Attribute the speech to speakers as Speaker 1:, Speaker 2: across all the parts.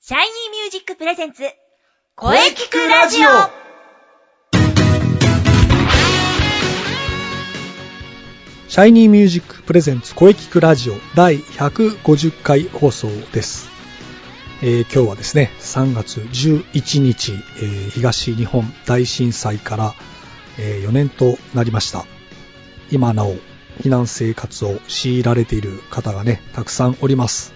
Speaker 1: シャイニーミュージックプレゼンツ、
Speaker 2: 声聞くラジオ
Speaker 3: シャイニーミュージックプレゼンツ声聞くラジオ第150回放送です。えー今日はですね、3月11日、えー東日本大震災から、え4年となりました。今なお、避難生活を強いられている方がね、たくさんおります。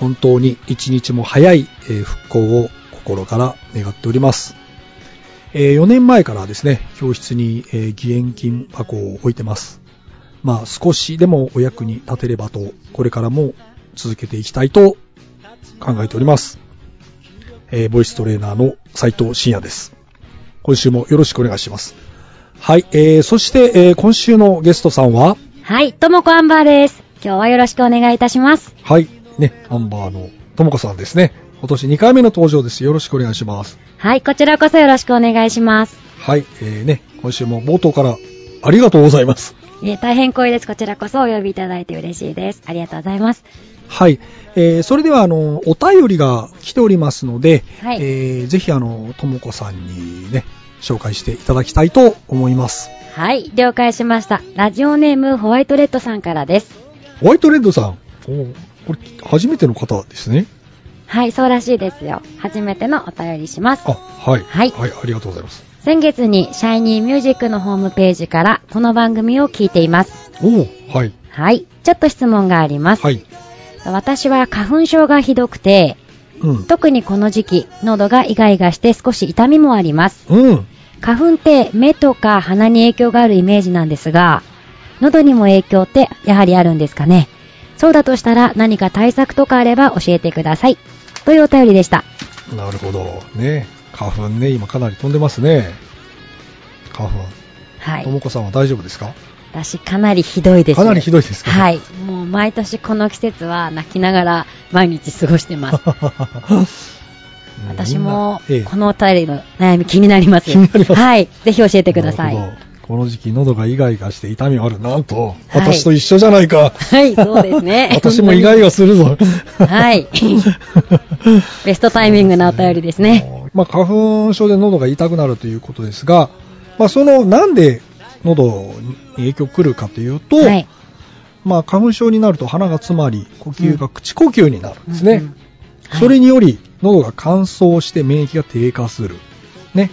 Speaker 3: 本当に一日も早い、えー復興を心から願っております。え4年前からですね、教室に、えー義援金箱を置いてます。まあ少しでもお役に立てればと、これからも続けていきたいと考えております。えーボイストレーナーの斉藤慎也です。今週もよろしくお願いします。はい、えー、そして、えー今週のゲストさんは、
Speaker 4: はい、ともこアンバーです。今日はよろしくお願いいたします。
Speaker 3: はい、ね、アンバーのともこさんですね。今年2回目の登場です。よろしくお願いします。
Speaker 4: はい、こちらこそよろしくお願いします。
Speaker 3: はい、えー、ね、今週も冒頭からありがとうございます。
Speaker 4: いえ、大変光栄です。こちらこそお呼びいただいて嬉しいです。ありがとうございます。
Speaker 3: はい。えーそれでは、あの、お便りが来ておりますので、
Speaker 4: はい
Speaker 3: えーぜひ、あの、ともこさんにね、紹介していただきたいと思います。
Speaker 4: はい、了解しました。ラジオネームホワイトレッドさんからです。
Speaker 3: ホワイトレッドさん。おーこれ、初めての方ですね。
Speaker 4: はい、そうらしいですよ。初めてのお便りします
Speaker 3: あ、。はい。
Speaker 4: はい
Speaker 3: はい、ありがとうございます。
Speaker 4: 先月にシャイニーミュージックのホームページからこの番組を聞いています。
Speaker 3: おーはい。
Speaker 4: はい、ちょっと質問があります。
Speaker 3: はい。
Speaker 4: 私は花粉症がひどくて、
Speaker 3: うん。
Speaker 4: 特にこの時期、喉がイガイガして少し痛みもあります。
Speaker 3: うん。
Speaker 4: 花粉って目とか鼻に影響があるイメージなんですが、喉にも影響ってやはりあるんですかね。そうだとしたら何か対策とかあれば教えてください。というお便りでした。
Speaker 3: なるほど。ね。花粉ね、今かなり飛んでますね。花粉。
Speaker 4: は
Speaker 3: と
Speaker 4: い。
Speaker 3: もこさんは大丈夫ですか
Speaker 4: 私かなりひどいです。
Speaker 3: かなりひどいですか
Speaker 4: はい。もう毎年この季節は泣きながら毎日過ごしてます。私も
Speaker 3: みんなええ
Speaker 4: このお便りの悩み気になります。
Speaker 3: 気になります
Speaker 4: はい。ぜひ教えてください。
Speaker 3: なるほどこの時期喉がイガイガして痛みある。なんと、
Speaker 4: い
Speaker 3: 私と一緒じゃないか。
Speaker 4: はい、そうですね。
Speaker 3: 私もイガイガするぞ。
Speaker 4: はい。ベストタイミングなお便りですね。
Speaker 3: ま あ、花粉症で喉が痛くなるということですが、まあ、その、なんで喉に影響くるかというと、
Speaker 4: はい。
Speaker 3: まあ、花粉症になると鼻が詰まり、呼吸が口呼吸になるんですね。
Speaker 4: うんうんはい
Speaker 3: それにより、喉が乾燥して免疫が低下する。ね。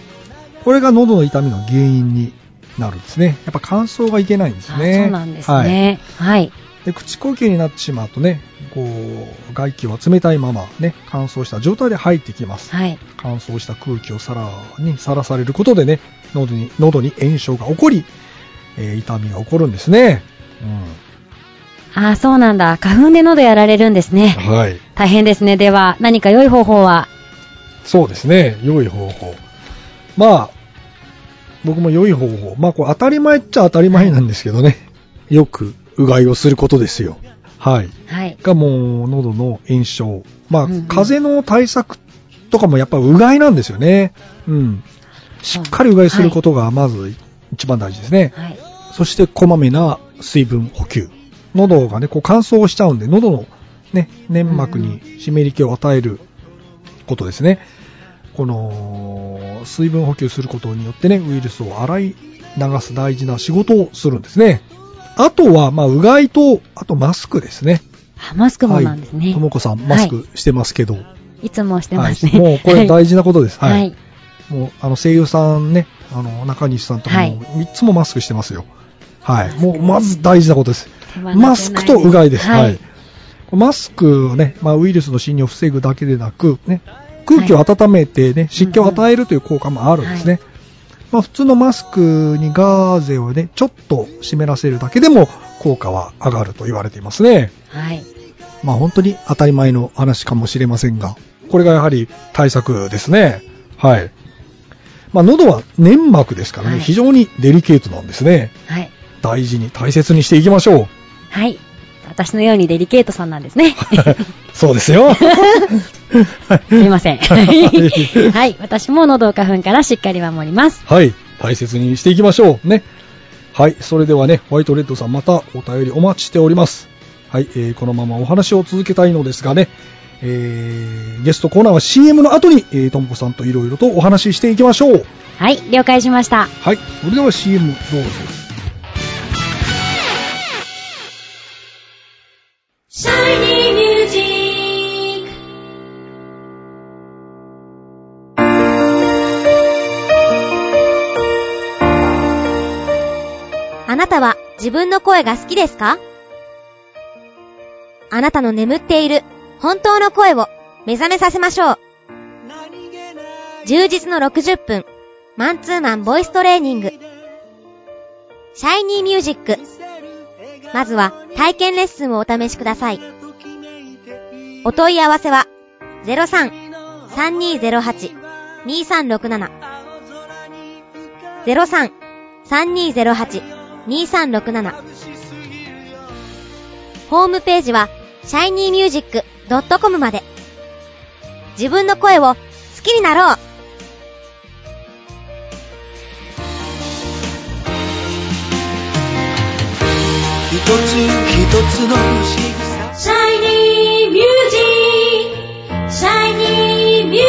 Speaker 3: これが喉の痛みの原因になるんですね。やっぱ乾燥がいけないんです
Speaker 4: あ
Speaker 3: ね。
Speaker 4: そうなんです
Speaker 3: はい
Speaker 4: ね。はい。
Speaker 3: で口呼吸になってしまうとねこう外気は冷たいまま、ね、乾燥した状態で入ってきます
Speaker 4: はい。
Speaker 3: 乾燥した空気をさらにさらされることでね喉に喉に炎症が起こり、えー痛みが起こるんですね、
Speaker 4: ああ、そうなんだ。花粉で喉やられるんですね。
Speaker 3: うん、はい
Speaker 4: 大変ですね。では、何か良い方法は
Speaker 3: そうですね良い方法まあ僕も良い方法まあこれ当たり前っちゃ当たり前なんですけどねよくうがいをすることですよはい
Speaker 4: はい。
Speaker 3: がもう喉の炎症。まあ、
Speaker 4: うんうん
Speaker 3: 風邪の対策とかもやっぱうがいなんですよね。うん。しっかりうがいすることがまず一番大事ですね。
Speaker 4: はい。
Speaker 3: そしてこまめな水分補給。喉がね、こう乾燥しちゃうんで、喉のね、粘膜に湿り気を与えることですね。この、水分補給することによってね、ウイルスを洗い流す大事な仕事をするんですね。あとは、まあ、うがいと、あとマスクですね。
Speaker 4: あマスクもなんです
Speaker 3: は
Speaker 4: ね
Speaker 3: い。ともこさん、マスクしてますけど。
Speaker 4: いつもして
Speaker 3: は
Speaker 4: ま
Speaker 3: い
Speaker 4: すね。
Speaker 3: もうこれ大事なことです。
Speaker 4: は。
Speaker 3: はい。
Speaker 4: はいい。
Speaker 3: もう、あの、声優さんね、あの、中西さんとか
Speaker 4: はい
Speaker 3: も、いつもマスクしてますよ。はい。もう、まず大事なことです。
Speaker 4: 手放せない
Speaker 3: マスクとうがいです。
Speaker 4: は
Speaker 3: はいい。。マスクをね、まあ、ウイルスの侵入を防ぐだけでなく、ね、空気を温めてね、湿気を与えるという効果もあるんですね。まあ、普通のマスクにガーゼをね、ちょっと湿らせるだけでも効果は上がると言われていますね。
Speaker 4: はい。
Speaker 3: まあ本当に当たり前の話かもしれませんが、これがやはり対策ですね。はい。まあ喉は粘膜ですから
Speaker 4: は
Speaker 3: ね、
Speaker 4: い
Speaker 3: 非常にデリケートなんですね。
Speaker 4: はい。
Speaker 3: 大事に大切にしていきましょう。
Speaker 4: はい。私のようにデリケートさんなんですね。
Speaker 3: そうで すよ。
Speaker 4: すみま せん。
Speaker 3: はい
Speaker 4: はい。私も喉花粉からしっかり守ります。
Speaker 3: はい。大切にしていきましょう。ね。はい。それではね、ホワイトレッドさんまたお便りお待ちしております。はい。えーこのままお話を続けたいのですがね、えー、ゲストコーナーは CM の後に、えー、ともこさんといろいろとお話ししていきましょう。
Speaker 4: はい、了解しました。
Speaker 3: はい、それでは CM どうぞ。
Speaker 2: あなたは自分の声が好きですかあなたの眠っている本当の声を目覚めさせましょう。充実の60分、マンツーマンボイストレーニング。シャイニーミュージック。まずは体験レッスンをお試しください。お問い合わせは03-3208-2367 03-3208-2367ホームページは shinymusic.com まで自分の声を好きになろう
Speaker 5: 一つ一つの仕草
Speaker 1: Shiny Music! Shiny Music!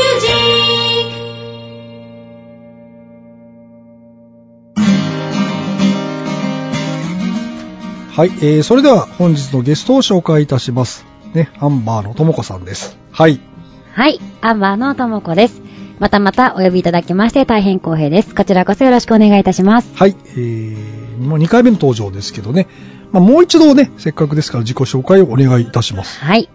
Speaker 3: はい、えー、それでは本日のゲストを紹介いたします。ね、アンバーのともこさんです。はい。
Speaker 4: はい、アンバーのともこです。またまたお呼びいただきまして大変光栄です。こちらこそよろしくお願いいたします。
Speaker 3: はい、えー、もう2回目の登場ですけどね、まあ、もう一度ね、せっかくですから自己紹介をお願いいたします。
Speaker 4: はい。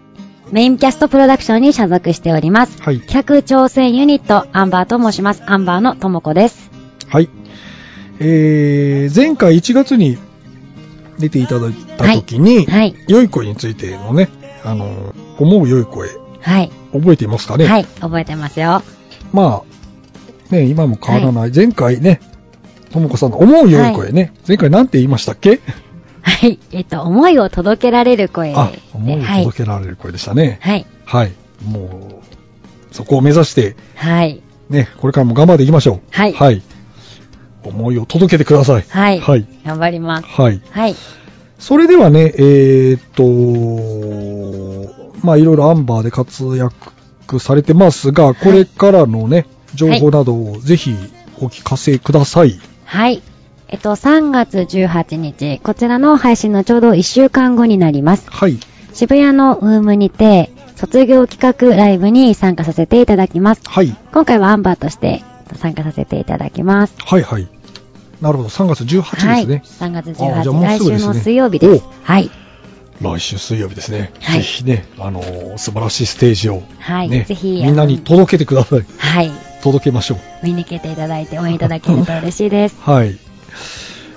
Speaker 4: メインキャストプロダクションに所属しております。
Speaker 3: はい。
Speaker 4: 企画挑戦ユニット、アンバーと申します。アンバーのともこです。
Speaker 3: はい。えー、前回1月に出ていただいた時に、
Speaker 4: はい。
Speaker 3: 良い声についてのね、あの、思う良い声、
Speaker 4: はい。
Speaker 3: 覚えていますかね
Speaker 4: はい。覚えてますよ。
Speaker 3: まあ、ね、今も変わらない。前回ね、ともこさんの思う良い声ね、前回なんて言いましたっけ
Speaker 4: はい。えっと、思いを届けられる声で。
Speaker 3: あ、思いを
Speaker 4: はい
Speaker 3: 届。けられる声でしたね。
Speaker 4: はい。
Speaker 3: はい。もう、そこを目指して、
Speaker 4: はい。
Speaker 3: ね、これからも頑張っていきましょう。
Speaker 4: はい
Speaker 3: はい。思いを届けてください。
Speaker 4: はい。
Speaker 3: はい。
Speaker 4: 頑張ります。
Speaker 3: はい。
Speaker 4: はい。
Speaker 3: それではね、えーっと、まあいろいろアンバーで活躍されてますが、これからのね、情報などをぜひお聞かせください。
Speaker 4: はい。えっと、3月18日、こちらの配信のちょうど1週間後になります。
Speaker 3: はい。
Speaker 4: 渋谷のウームにて、卒業企画ライブに参加させていただきます。
Speaker 3: はい。
Speaker 4: 今回はアンバーとして参加させていただきます。
Speaker 3: はいはい。なるほど。3月18
Speaker 4: はい。
Speaker 3: ですね。
Speaker 4: 3月
Speaker 3: あじゃあ
Speaker 4: 18
Speaker 3: も
Speaker 4: 日、
Speaker 3: う
Speaker 4: 来
Speaker 3: すぐで
Speaker 4: 週
Speaker 3: すね
Speaker 4: の水曜日です。はい。
Speaker 3: 来週水曜日ですね。
Speaker 4: はい
Speaker 3: ぜひね、あのー素晴らしいステージを、
Speaker 4: はい
Speaker 3: ね、
Speaker 4: ぜひ
Speaker 3: みんなに届けてください。
Speaker 4: はい。
Speaker 3: 届けましょう。
Speaker 4: 見に来ていただいて応援いただけると嬉しいです。
Speaker 3: はい。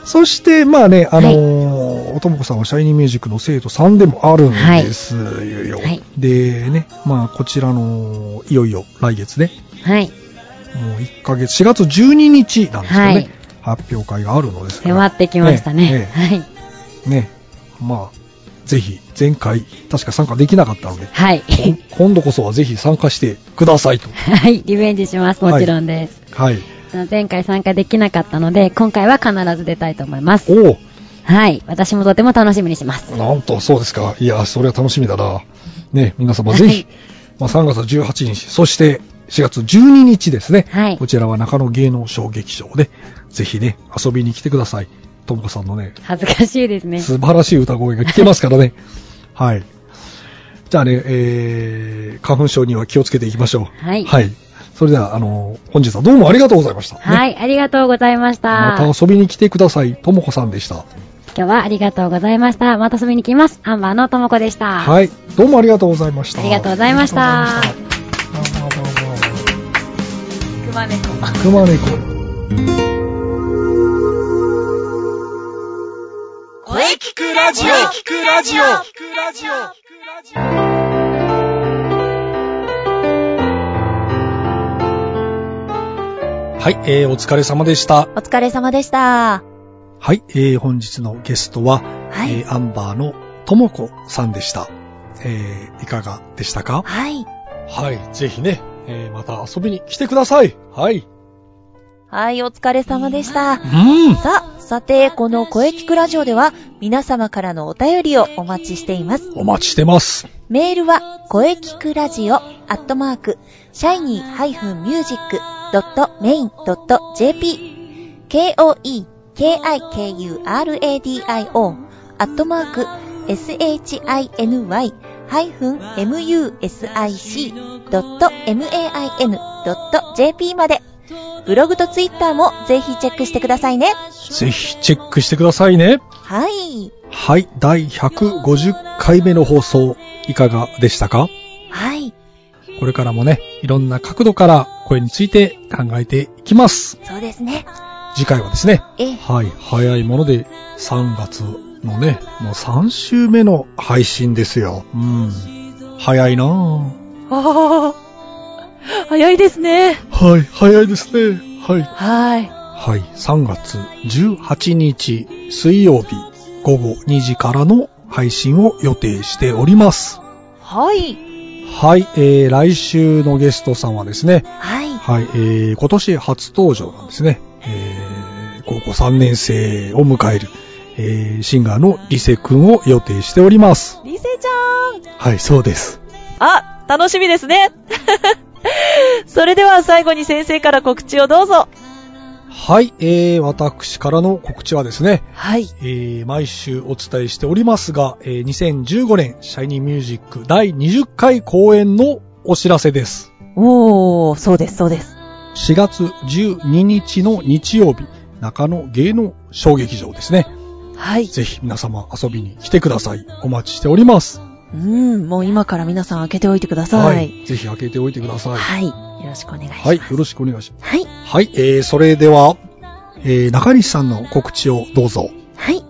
Speaker 3: そして、まあね、あのーともこさんはシャイニーミュージックの生徒さんでもあるんですよ。
Speaker 4: はい
Speaker 3: でね、まあこちらの、いよいよ来月ね、
Speaker 4: はい。
Speaker 3: もう1ヶ月、4月12日なんですけど
Speaker 4: は
Speaker 3: ね、
Speaker 4: い
Speaker 3: 発表会があるのですから。
Speaker 4: 迫ってきましたね。
Speaker 3: え
Speaker 4: はい。
Speaker 3: えねまあ、ぜひ、前回、確か参加できなかったので、
Speaker 4: はい。
Speaker 3: 今度こそはぜひ参加してくださいと。
Speaker 4: はい。 リベンジします。もちろんです。
Speaker 3: はい。
Speaker 4: 前回参加できなかったので、今回は必ず出たいと思います。
Speaker 3: おお
Speaker 4: はい。私もとても楽しみにします。
Speaker 3: なんと、そうですか。いや、それは楽しみだな。ね、皆様ぜひ、まあ、3月18日、そして4月12日ですね。
Speaker 4: はい
Speaker 3: こちらは中野芸能小劇場で、ぜひね、遊びに来てください。ともこさんのね、
Speaker 4: 恥ずかしいですね。
Speaker 3: 素晴らしい歌声が聞けますか らね。はい。じゃあね、えー、花粉症には気をつけていきましょう。
Speaker 4: はい
Speaker 3: それでは、あの、本日はどうもありがとうございました。ね
Speaker 4: はい。ありがとうございました。
Speaker 3: また
Speaker 4: 今
Speaker 3: 遊びに来てください。ともこさんでした。
Speaker 4: 日はありがとうございました。また遊びに来ます。アンバーのともこでした。
Speaker 3: はい。どうもありがとうございました。
Speaker 4: ありがとうございました
Speaker 3: ありがとうございました。わわわわわ
Speaker 4: 熊猫。
Speaker 3: 熊猫。
Speaker 1: 声聞くラジオ声聞くラジオ
Speaker 3: はい、えー、お疲れ様でした。
Speaker 2: お疲れ様でした。
Speaker 3: はい、えー、本日のゲストは、
Speaker 2: はい。
Speaker 3: えー、アンバーのともこさんでした。えー、いかがでしたか
Speaker 2: はい。
Speaker 3: はい、ぜひね、えー、また遊びに来てください。はい。
Speaker 2: はい、お疲れ様でした
Speaker 3: う。ん。
Speaker 2: さあ、さて、この声聞くラジオでは、皆様からのお便りをお待ちしています。
Speaker 3: お待ちしてます。
Speaker 6: メールは、声聞くラジオ、アットマーク、shiny-music.main.jp、k-o-e-k-i-k-u-r-a-d-i-o、アットマーク、shiny-music.main.jp まで、ブログとツイッターもぜひチェックしてくださいね。
Speaker 3: ぜひチェックしてくださいね。
Speaker 6: はい。
Speaker 3: はい、第150回目の放送、いかがでしたか
Speaker 6: はい。
Speaker 3: これからもね、いろんな角度から声について考えていきます。
Speaker 6: そうですね。
Speaker 3: 次回はですね、
Speaker 6: え、
Speaker 3: はい、早いもので3月のね、もう3週目の配信ですよ。うん。早いなぁ。
Speaker 7: ああ、早いですね。
Speaker 3: はい、早いですね。はい。
Speaker 7: はい。
Speaker 3: はい、3月18日水曜日午後2時からの配信を予定しております。
Speaker 6: はい。
Speaker 3: はい、えー、来週のゲストさんはですね、
Speaker 6: はい。
Speaker 3: はい、えー、今年初登場なんですね。えー、高校3年生を迎える、えー、シンガーのリセ君を予定しております。
Speaker 7: リセちゃん
Speaker 3: はい、そうです。
Speaker 7: あ、楽しみですね。それでは最後に先生から告知をどうぞ。
Speaker 3: はい、えー、私からの告知はですね、
Speaker 7: はい。
Speaker 3: えー毎週お伝えしておりますが、えー2015年シャイニーミュージック第20回公演のお知らせです。
Speaker 7: おー、そうです、そうです。
Speaker 3: 4月12日の日曜日、中野芸能小劇場ですね。
Speaker 7: はい。
Speaker 3: ぜひ皆様遊びに来てください。お待ちしております。
Speaker 7: うん、もう今から皆さん開けておいてください。
Speaker 3: ぜひ開けておいてください。
Speaker 7: はい。よろしくお願いします。
Speaker 3: はい、よろしくお願いします。
Speaker 6: はい。
Speaker 3: はい、えーそれでは、えー中西さんの告知をどうぞ。
Speaker 6: はい。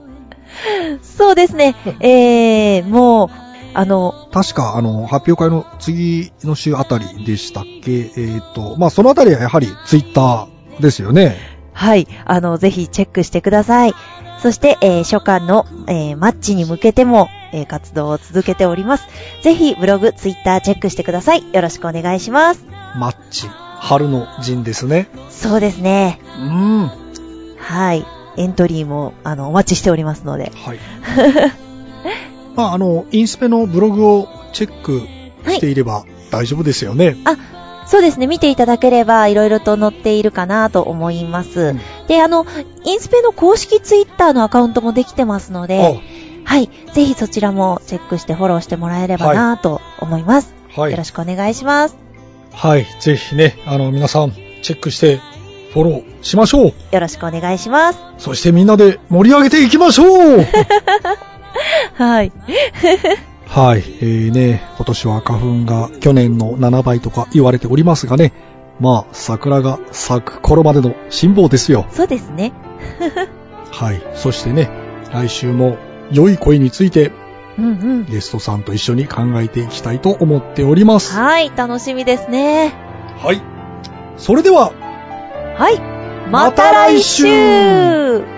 Speaker 7: そうですね。えー、もう、あの、
Speaker 3: 確か、あの、発表会の次の週あたりでしたっけえっ、と、まあ、そのあたりはやはりツイッターですよね。
Speaker 7: はい。あの、ぜひチェックしてください。そして、えー初夏の、えーマッチに向けても、えー活動を続けております。ぜひ、ブログ、ツイッターチェックしてください。よろしくお願いします。
Speaker 3: マッチ、春の陣ですね。
Speaker 7: そうですね
Speaker 3: う。ん。は
Speaker 7: はい。エントリーも、あの、お待ちしておりますので。
Speaker 3: い。 まあ、あの、インスペのブログをチェックしていれば大丈夫ですよね。
Speaker 6: そうですね。見ていただければ、いろいろと載っているかなと思います。
Speaker 3: ん
Speaker 6: で、あの、インスペの公式ツイッターのアカウントもできてますので、はい。ぜひそちらもチェックしてフォローしてもらえればなと思います。
Speaker 3: あは
Speaker 6: よろ
Speaker 3: い。
Speaker 6: しくお願いします。
Speaker 3: はい。ぜひね、あの、皆さん、チェックして、フォローしましょう。
Speaker 6: よろしくお願いします。
Speaker 3: そしてみんなで盛り上げていきましょ う
Speaker 7: はい。
Speaker 3: はい、えーね、今年は花粉が去年の7倍とか言われておりますがね、まあ、桜が咲く頃までの辛抱ですよ。
Speaker 6: そうですね。
Speaker 3: はい、そしてね、来週も良い恋について
Speaker 7: うんうん。
Speaker 3: ゲストさんと一緒に考えていきたいと思っております。は
Speaker 6: はい。楽しみですね。
Speaker 3: い。それでは、
Speaker 7: はい。
Speaker 3: また来週
Speaker 7: また来週